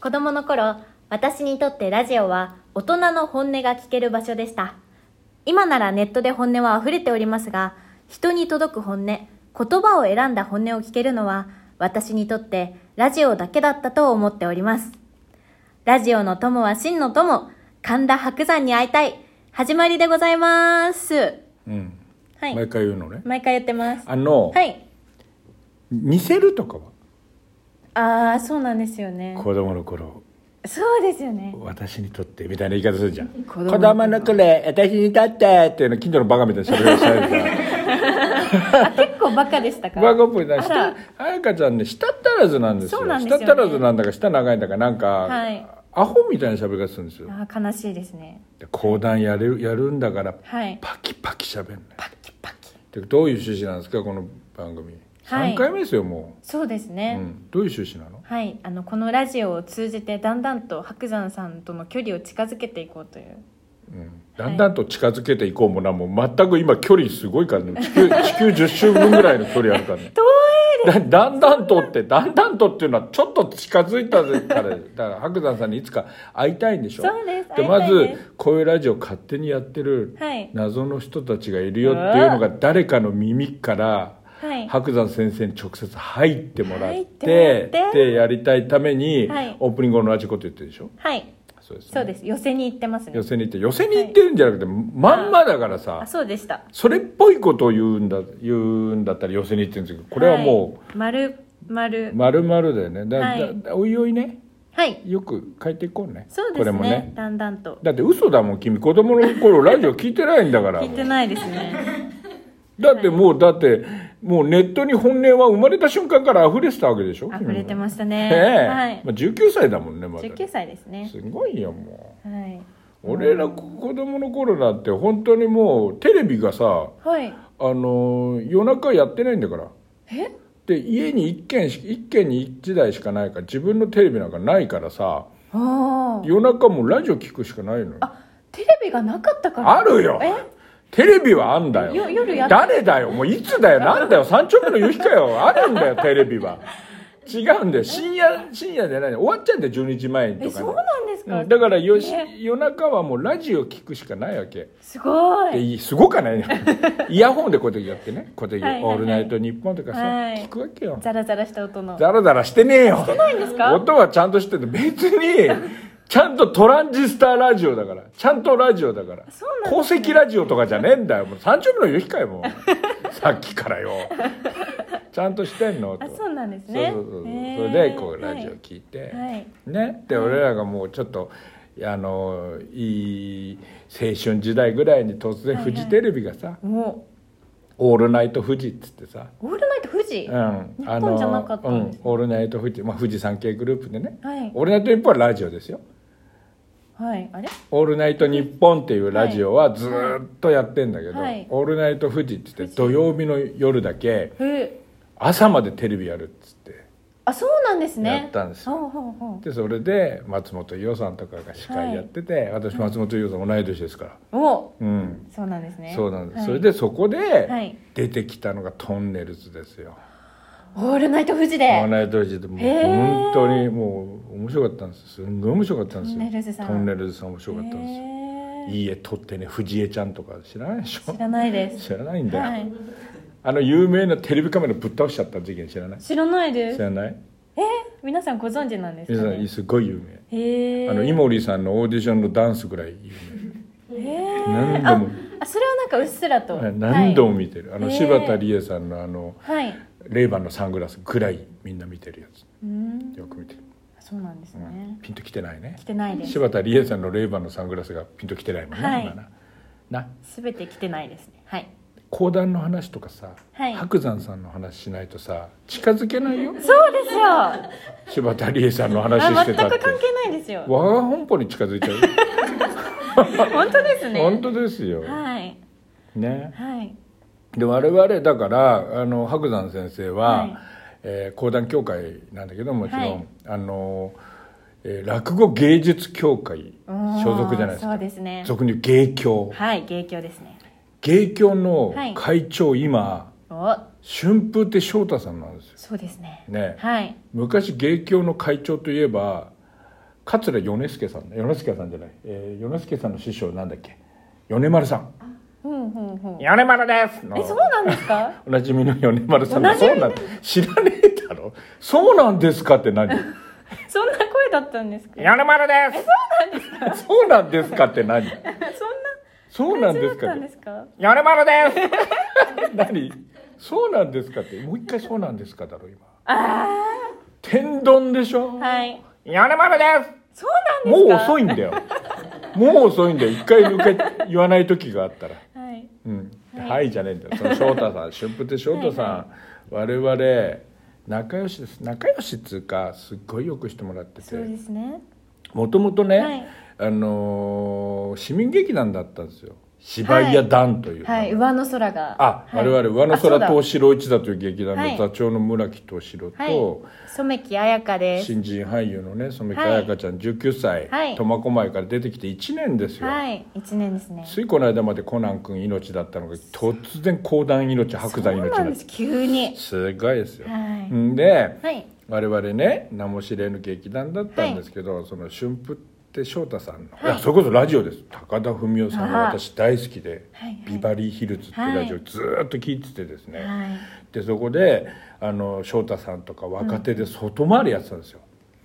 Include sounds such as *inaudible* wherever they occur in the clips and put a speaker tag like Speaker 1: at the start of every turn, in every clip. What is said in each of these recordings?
Speaker 1: 子供の頃、私にとってラジオは大人の本音が聞ける場所でした。今ならネットで本音は溢れておりますが、人に届く本音、言葉を選んだ本音を聞けるのは、私にとってラジオだけだったと思っております。ラジオの友は真の友、神田伯山に会いたい、始まりでございます。
Speaker 2: うん、
Speaker 1: はい。
Speaker 2: 毎回言うのね
Speaker 1: 毎回言ってます。
Speaker 2: あの、
Speaker 1: はい。
Speaker 2: 似せるとかは
Speaker 1: ああ、そうなんですよね。
Speaker 2: 子供の頃
Speaker 1: そうですよ
Speaker 2: *laughs*
Speaker 1: ね。
Speaker 2: 私にとってみたいな言い方するじゃん子
Speaker 1: 供の頃
Speaker 2: 供の頃私にとってっていうの近所のバカみたいな喋りをさ
Speaker 1: *laughs*
Speaker 2: れるから
Speaker 1: 結構バカでしたか
Speaker 2: バカっぽいな
Speaker 1: あら
Speaker 2: 下彩香ちゃんね舌足らずなんですよ
Speaker 1: そうなんですよ
Speaker 2: 舌
Speaker 1: ね
Speaker 2: 足らずなんだか舌長いんだかなんか、
Speaker 1: はい
Speaker 2: アホみたいな喋り方するんですよ
Speaker 1: あー悲しいですね。
Speaker 2: で講談やるやるんだから
Speaker 1: はい。
Speaker 2: パキパキ喋んない
Speaker 1: パキパキ。
Speaker 2: でどういう趣旨なんですかこの番組、
Speaker 1: はい
Speaker 2: 3回目ですよも
Speaker 1: そうです
Speaker 2: う、う
Speaker 1: ね。
Speaker 2: ん、どういう趣旨なの
Speaker 1: はい、あのこのラジオを通じてだんだんと白山さんとの距離を近づけていこうという
Speaker 2: うんだんだんと近づけていこうもなもう全く今距離すごいからね地球地球10周分ぐらいの距離あるからねだだんだんとってだんだんとっていうのはちょっと近づいたぜからだから白山さんにいつか会いたいんでしょ
Speaker 1: そうです会
Speaker 2: で
Speaker 1: いたい
Speaker 2: ま
Speaker 1: です
Speaker 2: ずこういうラジオ勝手にやってる
Speaker 1: はい
Speaker 2: 謎の人たちがいるよっていうのが誰かの耳から
Speaker 1: はい
Speaker 2: 白山先生に直接入ってもらっ
Speaker 1: 入っててもらって
Speaker 2: でやりたいために
Speaker 1: はい
Speaker 2: オープニングの同じこと言ってるでしょ
Speaker 1: はい
Speaker 2: そうですね
Speaker 1: そうです寄せに行ってますね
Speaker 2: 寄せに行って寄せに行ってるんじゃなくて、まんまだから
Speaker 1: あ
Speaker 2: さ
Speaker 1: そうでした
Speaker 2: それっぽいことを言うんだ言うんだったら寄せに行ってるんですけどこれはも
Speaker 1: う丸
Speaker 2: う
Speaker 1: 丸
Speaker 2: 丸々だよねだ,だ、
Speaker 1: はい
Speaker 2: だおいおいね
Speaker 1: はい
Speaker 2: よく変えていこうね
Speaker 1: そうで
Speaker 2: これ
Speaker 1: す
Speaker 2: も
Speaker 1: ね
Speaker 2: ね
Speaker 1: だんだんと
Speaker 2: だって嘘だもん君子供の頃ラジオ聞いてないん
Speaker 1: *laughs*
Speaker 2: だから
Speaker 1: 聞いてないです
Speaker 2: *laughs*
Speaker 1: ね
Speaker 2: だってもうだってもうネットに本音は生まれた瞬間から溢れてたわけでしょ
Speaker 1: 溢れてましたね
Speaker 2: ねえ、
Speaker 1: はい
Speaker 2: まあ、19歳だもんねまだね
Speaker 1: 19歳ですね
Speaker 2: すごいよも
Speaker 1: は
Speaker 2: う俺ら子供の頃なんて本当にもうテレビがさ
Speaker 1: いはい
Speaker 2: あの夜中やってないんだから
Speaker 1: え
Speaker 2: で家に1軒し一軒に1台しかないから自分のテレビなんかないからさ
Speaker 1: あー
Speaker 2: 夜中もうラジオ聞くしかないのよ
Speaker 1: あテレビがなかったから
Speaker 2: あるよテレビはあんだ
Speaker 1: えよ
Speaker 2: よ
Speaker 1: 夜やっ
Speaker 2: 誰だよもういつだよなんだよ三丁目の夕日かよあるんだよテレビは違うんだよ深夜深夜じゃない終わっちゃうんだよ12時前
Speaker 1: え
Speaker 2: とか
Speaker 1: そう
Speaker 2: ね
Speaker 1: なんですか、
Speaker 2: うんだからよし
Speaker 1: ね
Speaker 2: 夜中はもうラジオ聞くしかないわけ
Speaker 1: すごい
Speaker 2: でいすごかない *laughs* イヤホンでこうやってやってねこうやって
Speaker 1: はいはいはい
Speaker 2: オールナイトニッポン」とかさ
Speaker 1: はい
Speaker 2: 聞くわけよ
Speaker 1: ザラザラした音の
Speaker 2: ザラザラしてねえよ
Speaker 1: ないんですか
Speaker 2: 音はちゃんとしてて別にちゃんとトランジスタラジオだからちゃんとラジオだから
Speaker 1: そうなん
Speaker 2: 鉱石ラジオとかじゃねえんだよもう三丁目の夕日かよ
Speaker 1: *laughs*
Speaker 2: もうさっきからよちゃんとしてんのと
Speaker 1: あそうなんですね
Speaker 2: そうそうそうそ
Speaker 1: へえ
Speaker 2: れでこうラジオ聞い
Speaker 1: は
Speaker 2: て、
Speaker 1: いはい
Speaker 2: ねで俺らがもうちょっとあのいい青春時代ぐらいに突然
Speaker 1: はい
Speaker 2: フ
Speaker 1: はい
Speaker 2: ジテレビがさ「
Speaker 1: も
Speaker 2: オールナイトフジ」っつってさ
Speaker 1: う「オールナイト富士」
Speaker 2: うん
Speaker 1: は
Speaker 2: あ
Speaker 1: 日本じゃなか
Speaker 2: の
Speaker 1: った
Speaker 2: うん
Speaker 1: で
Speaker 2: ん
Speaker 1: すね
Speaker 2: オールナイトフジ」まあ、富士山系グループでね
Speaker 1: い
Speaker 2: オールナイトニッポンはラジオですよ
Speaker 1: はいあれ
Speaker 2: 「オールナイトニッポン」っていうラジオはずーっとやってんだけど「
Speaker 1: はい
Speaker 2: オールナイトフジ」って言って土曜日の夜だけ
Speaker 1: え
Speaker 2: 朝までテレビやるっつって
Speaker 1: あそうなんですね
Speaker 2: やったんですよ
Speaker 1: ほうほうほ
Speaker 2: でそれで松本伊代さんとかが司会やってて、私松本伊代さん同い年ですから
Speaker 1: うお
Speaker 2: うん、
Speaker 1: そうなんですね
Speaker 2: そうなんです、
Speaker 1: はい
Speaker 2: それでそこ
Speaker 1: は
Speaker 2: で
Speaker 1: い
Speaker 2: 出てきたのがトンネルズですよ、
Speaker 1: 「オールナイト富士」で
Speaker 2: 同い年でもう
Speaker 1: へー
Speaker 2: 本当にもう面白かったんですすんごい面白かったんです
Speaker 1: ト
Speaker 2: よ
Speaker 1: ンネルズさん
Speaker 2: トンネルズさん面白かったんですよ、
Speaker 1: へえ
Speaker 2: いい絵撮ってね藤江ちゃんとか知らないでしょ
Speaker 1: 知らないです
Speaker 2: 知らないんだよ、
Speaker 1: はい
Speaker 2: あの有名なテレビカメラぶっ倒しちゃった事件知らない
Speaker 1: 知らないで
Speaker 2: 知
Speaker 1: す
Speaker 2: らない
Speaker 1: え皆さんご存知なんです
Speaker 2: 皆
Speaker 1: か
Speaker 2: さん
Speaker 1: ね
Speaker 2: すごい有名
Speaker 1: へえ
Speaker 2: あのイモリさんのオーディションのダンスぐらい有名
Speaker 1: へえ
Speaker 2: 何度も
Speaker 1: ああそれはなんかうっすらと
Speaker 2: はい何度
Speaker 1: も
Speaker 2: も見てる、あの
Speaker 1: へー
Speaker 2: 柴田理恵さんのあの
Speaker 1: はい
Speaker 2: レイバンのサングラスぐらいみんな見てるやつ
Speaker 1: うーん
Speaker 2: よく見てる、
Speaker 1: そうなんです
Speaker 2: うん
Speaker 1: ね
Speaker 2: ピンときてないね
Speaker 1: 来てないです
Speaker 2: 柴田理恵さんのレイバンのサングラスがピンときてないもんね、
Speaker 1: はい
Speaker 2: 今なな
Speaker 1: 全て来てないですねはい
Speaker 2: 講談の話とかさ、
Speaker 1: はい
Speaker 2: 白山さんの話しないとさ近づ
Speaker 1: *laughs*
Speaker 2: けないよ
Speaker 1: そうですよ
Speaker 2: 柴田理恵さんの話
Speaker 1: あ
Speaker 2: して
Speaker 1: 全
Speaker 2: たっ
Speaker 1: く
Speaker 2: て
Speaker 1: 関係ないですよ
Speaker 2: 我が本舗に近づいちゃう、
Speaker 1: 本当ですね
Speaker 2: 本当ですよ、
Speaker 1: はい
Speaker 2: ね
Speaker 1: はい
Speaker 2: で我々だからあの白山先生は、
Speaker 1: はい
Speaker 2: えー講談協会なんだけどもちろん、
Speaker 1: はい
Speaker 2: あの、えー落語芸術協会所属じゃないです
Speaker 1: そ
Speaker 2: か
Speaker 1: うですね
Speaker 2: 俗に言う芸協
Speaker 1: はい芸協ですね
Speaker 2: 芸協の
Speaker 1: はい
Speaker 2: 会長、今
Speaker 1: お
Speaker 2: 春風亭昇太さんなんですよ
Speaker 1: そうですね
Speaker 2: ね
Speaker 1: はい
Speaker 2: 昔芸協の会長といえば桂米助さん米助さんじゃない、えー、米助さんの師匠なんだっけ米丸さん
Speaker 1: うんうんうん
Speaker 2: 「米丸です!」の
Speaker 1: えそうなんです
Speaker 2: *laughs*
Speaker 1: か
Speaker 2: おなじみの米丸さんの
Speaker 1: おなじみ
Speaker 2: そうなん知らねえだろそうなんですかって何
Speaker 1: そんな声だったんですかそんな
Speaker 2: 米丸ですそうなんですかって何そうな
Speaker 1: 感
Speaker 2: ん
Speaker 1: じ
Speaker 2: で
Speaker 1: だ
Speaker 2: す
Speaker 1: っ
Speaker 2: か
Speaker 1: た
Speaker 2: っ
Speaker 1: ん
Speaker 2: て
Speaker 1: ですか
Speaker 2: やれまるです。 *laughs* 何？そうなんですかってもう一回そうなんですかだろ今。天丼でしょ。
Speaker 1: はい
Speaker 2: やれまるで
Speaker 1: そう
Speaker 2: す。もう
Speaker 1: なんですか
Speaker 2: 遅いんだよ。もう遅いんだよ。一回抜け言わない時があったら。
Speaker 1: はい
Speaker 2: うん。はいじゃねえんだよ。その翔太さん、春風亭翔太さん、我々仲良しです。仲良しっつうかすっごいよくしてもらってて
Speaker 1: そう。ですね
Speaker 2: もともとね、
Speaker 1: はい
Speaker 2: あのー市民劇団だったんですよ。芝居屋団という名前。
Speaker 1: はい上の空が
Speaker 2: あ、
Speaker 1: はい
Speaker 2: 我々上野
Speaker 1: あそうだ
Speaker 2: 空東四郎一座という劇団
Speaker 1: はい
Speaker 2: の座長の村木敏郎
Speaker 1: はい
Speaker 2: と、
Speaker 1: 染木彩香です
Speaker 2: 新人俳優のね染木
Speaker 1: はい
Speaker 2: 彩香ちゃん19歳、
Speaker 1: はい
Speaker 2: 苫小牧から出てきて1年ですよ、
Speaker 1: はい一年ですね
Speaker 2: ついこの間までコナン君命だったのが突然講談命白山命
Speaker 1: そう
Speaker 2: に
Speaker 1: な
Speaker 2: なんっ
Speaker 1: で
Speaker 2: て
Speaker 1: す急に
Speaker 2: すごいですよ、
Speaker 1: はい
Speaker 2: んで
Speaker 1: はい
Speaker 2: 我々ね名も知れぬ劇団だったんですけど、その春風亭昇太さんの、い、やそれこそラジオです高田文夫さんが私大好きで、
Speaker 1: はいはい
Speaker 2: ビバリーヒルズってラジオずーっと聞いててですね、
Speaker 1: はい
Speaker 2: でそこであの翔太さんとか若手で外回りやってたんですよ、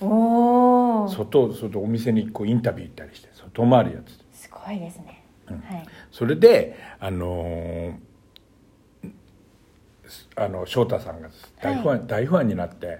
Speaker 1: おおす
Speaker 2: 外外お店にこうインタビュー行ったりして外回りやってて
Speaker 1: ごいですねはい
Speaker 2: それであのーあの翔太さんが大ファン、大ファンになって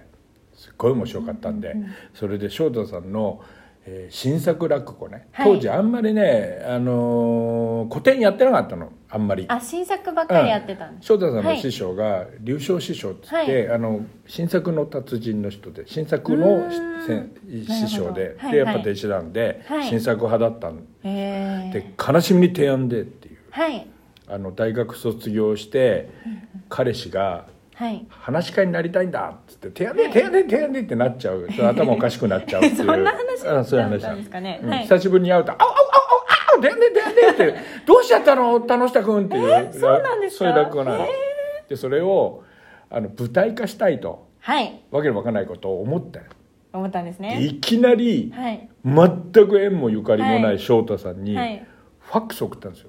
Speaker 2: すっごい面白かったんで、それで翔太さんの、えー新作落語ね
Speaker 1: はい
Speaker 2: 当時あんまりね、あのー古典やってなかったのあんまり
Speaker 1: あ新作ばっかりやってたんです
Speaker 2: 翔太さん
Speaker 1: は
Speaker 2: の
Speaker 1: い
Speaker 2: 師匠が流昇師匠っつって、
Speaker 1: はい
Speaker 2: あの新作の達人の人で新作のし
Speaker 1: うーん
Speaker 2: せん
Speaker 1: なるほど
Speaker 2: 師匠で、
Speaker 1: はい
Speaker 2: でやっぱ
Speaker 1: はい
Speaker 2: 弟子なんで、
Speaker 1: はい
Speaker 2: 新作派だったん
Speaker 1: へ
Speaker 2: で
Speaker 1: え
Speaker 2: 悲しみに提案でっていう
Speaker 1: はい
Speaker 2: あの大学卒業して彼氏が
Speaker 1: はい
Speaker 2: 話し家になりたいんだっつって「手やで手やで手やで」ってなっちゃうちょっと頭おかしくなっちゃうっていう
Speaker 1: *laughs* そんな話
Speaker 2: あそういう話
Speaker 1: だったんですかねはい
Speaker 2: 久しぶりに会うと「あおあおあおあおでんでんでんでん」って「どうしちゃったの田之下君」っていう、
Speaker 1: そうなんですか
Speaker 2: そういう落語なんです、でそれをあの舞台化したいと
Speaker 1: はい
Speaker 2: わけのわかんないことを思ったよ
Speaker 1: 思ったんです
Speaker 2: で
Speaker 1: ね
Speaker 2: いきなり
Speaker 1: はい
Speaker 2: 全く縁もゆかりもな
Speaker 1: はいい
Speaker 2: 翔太さんに、
Speaker 1: はい
Speaker 2: ファックス送ったんですよ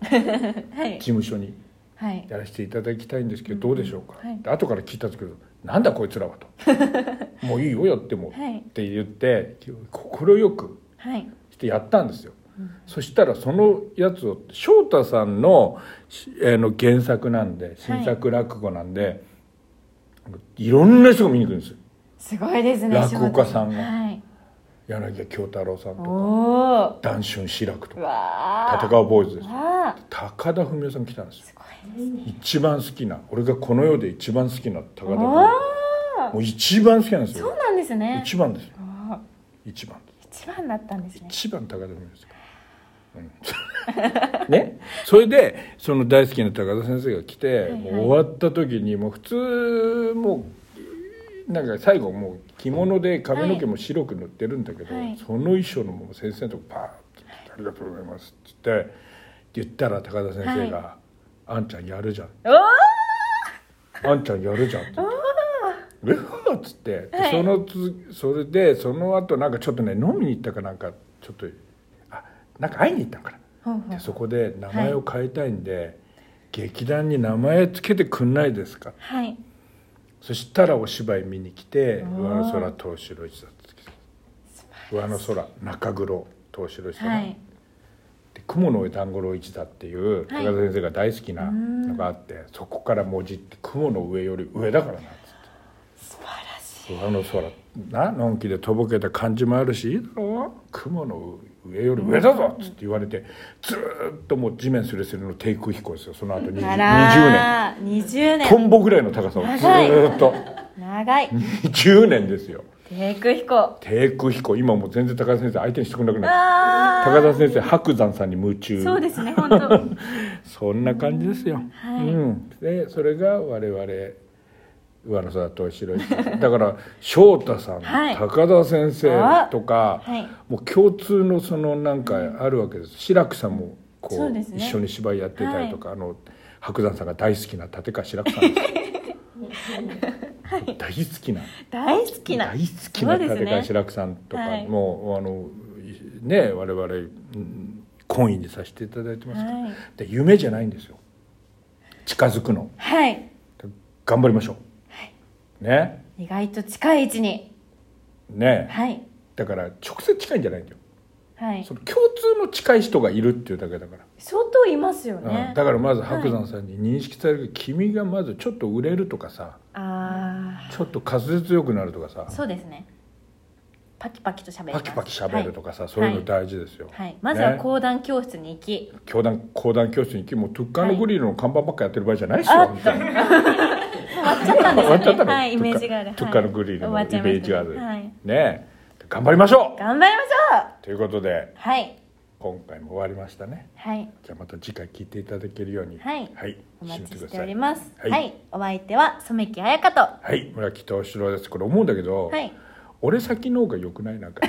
Speaker 1: はい
Speaker 2: 事務所に。
Speaker 1: はい
Speaker 2: やらせていただきたいんですけどどうでしょうか、
Speaker 1: はい
Speaker 2: で後から聞いたんですけど「なんだこいつらは」
Speaker 1: *laughs*
Speaker 2: と「もういいよやっても」
Speaker 1: はい
Speaker 2: って言って快く
Speaker 1: はい
Speaker 2: してやったんですよ、そしたらそのやつを翔太さんの,、えーの原作なんで新作落語なんで、いろんな人が見に来るんですよ
Speaker 1: すごいですね
Speaker 2: 落語家さんが
Speaker 1: はい
Speaker 2: 柳家京太郎さんと
Speaker 1: お
Speaker 2: か
Speaker 1: お
Speaker 2: 談春志らくと
Speaker 1: う
Speaker 2: か
Speaker 1: わあ
Speaker 2: 立川ボーイズです
Speaker 1: わあ
Speaker 2: 高田文夫さん来たんですよ
Speaker 1: すごいですね
Speaker 2: 一番好きな俺がこの世で一番好きな高田
Speaker 1: お
Speaker 2: 文夫
Speaker 1: お
Speaker 2: もう一番好きなんです
Speaker 1: そう
Speaker 2: よ
Speaker 1: なんですね
Speaker 2: 一番ですよ
Speaker 1: おー
Speaker 2: 一番です
Speaker 1: 一番だったんですね
Speaker 2: 一番高田文夫ですから、うん、ねそれでその大好きな高田先生が来て、
Speaker 1: はい
Speaker 2: もう終わった時にもう普通もうなんか最後もう着物で髪の毛も白く塗ってるんだけど、
Speaker 1: はい
Speaker 2: その衣装のもう先生のとこパーッて「ありがとうございます」って言って言ったら高田先生が「あんちゃんやるじゃん」
Speaker 1: おお
Speaker 2: あんちゃんやるじゃん」って言って「うわーっつって、で
Speaker 1: はい
Speaker 2: そのつそれでその後なんかちょっとね飲みに行ったかなんかちょっとあなんか会いに行ったのから、
Speaker 1: ほうほ
Speaker 2: で
Speaker 1: う
Speaker 2: そこで名前を変えたいんで、劇団に名前つけてくんないですか
Speaker 1: はい
Speaker 2: そしたらお芝居見に来て
Speaker 1: ー
Speaker 2: 上野空東四郎一座って来て上野空中黒東四郎一座、
Speaker 1: はい
Speaker 2: で雲の上団五郎一座っていう高
Speaker 1: は
Speaker 2: 田
Speaker 1: い
Speaker 2: 先生が大好きなのがあって、そこからもじって雲の上より上だからなっつって。
Speaker 1: 素晴らしい
Speaker 2: 上の空なのんきでとぼけた感じもあるしいいだろう雲の上より上だぞっつって言われてずーっともう地面すれすれの低空飛行ですよその後に
Speaker 1: あら
Speaker 2: 20
Speaker 1: ー20
Speaker 2: 年
Speaker 1: 年
Speaker 2: トンボぐらいの高さをずーっと
Speaker 1: 長い
Speaker 2: 10年ですよ
Speaker 1: 低空飛行
Speaker 2: 低空飛行今もう全然高田先生相手にしてくれなくなっ
Speaker 1: あ
Speaker 2: た
Speaker 1: あ
Speaker 2: 高田先生白山さんに夢中
Speaker 1: そうですね本当
Speaker 2: そんな感じですよ、
Speaker 1: はい
Speaker 2: うん、でそれが我々上野沢と白石さん *laughs* だから翔太さん、
Speaker 1: はい
Speaker 2: 高田先生とか、
Speaker 1: はい
Speaker 2: もう共通のそのなんかあるわけです志らくさんもこ
Speaker 1: そう
Speaker 2: う
Speaker 1: ですね
Speaker 2: 一緒に芝居
Speaker 1: *laughs*
Speaker 2: やってたりとか、あの白山さんが大好きな立川志らくさんです大好きな
Speaker 1: 大好きな
Speaker 2: 大好き
Speaker 1: そ
Speaker 2: な
Speaker 1: うです
Speaker 2: 竹
Speaker 1: ね
Speaker 2: 田志らくさんとか、
Speaker 1: はい
Speaker 2: もうあのね我々うん懇意にさせていただいてますけど、
Speaker 1: はい
Speaker 2: で夢じゃないんですよ近づくの
Speaker 1: はい
Speaker 2: 頑張りましょう、ね
Speaker 1: 意外と近い位置に
Speaker 2: ね
Speaker 1: はい
Speaker 2: だから直接近いんじゃないんだよ
Speaker 1: はい
Speaker 2: その共通の近い人がいるっていうだけだから、
Speaker 1: 相当いますよ
Speaker 2: う
Speaker 1: ね
Speaker 2: ん、だからまず白山さんに認識される、君がまずちょっと売れるとかさ
Speaker 1: あ
Speaker 2: ちょっと滑舌よくなるとかさ
Speaker 1: あそうですねパキパキと喋る
Speaker 2: パキパキしゃべるとかさ、そういうの大事ですよ、
Speaker 1: はい、はいまずは
Speaker 2: ね
Speaker 1: 講談教室に行き、
Speaker 2: 教団講談教室に行きもうトゥッカーのグリルの看板ばっかやってる場合じゃないですよ、
Speaker 1: あっ
Speaker 2: み
Speaker 1: と
Speaker 2: た
Speaker 1: 終
Speaker 2: いな
Speaker 1: わっちゃったんです
Speaker 2: 終わっちゃ
Speaker 1: よ
Speaker 2: った
Speaker 1: ね
Speaker 2: の、
Speaker 1: はいイ
Speaker 2: トゥ
Speaker 1: メ
Speaker 2: ッカ
Speaker 1: ージがある
Speaker 2: トゥッカーのグリルの
Speaker 1: は
Speaker 2: イ
Speaker 1: い終
Speaker 2: メ
Speaker 1: わ
Speaker 2: ー
Speaker 1: っち
Speaker 2: ジ
Speaker 1: ゃ
Speaker 2: が
Speaker 1: い
Speaker 2: あ
Speaker 1: ましたね
Speaker 2: る、
Speaker 1: はい
Speaker 2: ねえ頑張りましょ
Speaker 1: 頑張りましょ
Speaker 2: うということで
Speaker 1: うはい
Speaker 2: 今回も終わりましたね
Speaker 1: はい
Speaker 2: じゃあまた次回聞いていただけるように
Speaker 1: はい
Speaker 2: はい、
Speaker 1: お待ちして
Speaker 2: 締
Speaker 1: お
Speaker 2: め
Speaker 1: り
Speaker 2: くだ
Speaker 1: ま
Speaker 2: さ
Speaker 1: す
Speaker 2: は
Speaker 1: はいい、お相手は染木彩香とは
Speaker 2: はい、村木藤四郎ですこれ思うんだけど、
Speaker 1: い
Speaker 2: 俺先の方が良くないなんか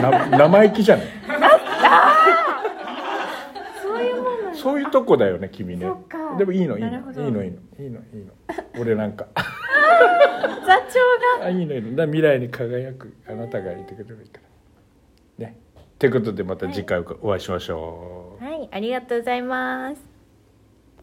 Speaker 2: なな *laughs* 生意気じゃない
Speaker 1: そういうもんなん
Speaker 2: そういうとこだよね君ね
Speaker 1: そっか
Speaker 2: でもいいのいいのい
Speaker 1: なるほど
Speaker 2: いのいいのいいのいいの俺なんか *laughs*
Speaker 1: 座長が
Speaker 2: あいいのいいのだ未来に輝くあなたがいてくれればいいからねということでまた次回お会いしましょう、
Speaker 1: はいありがとうございます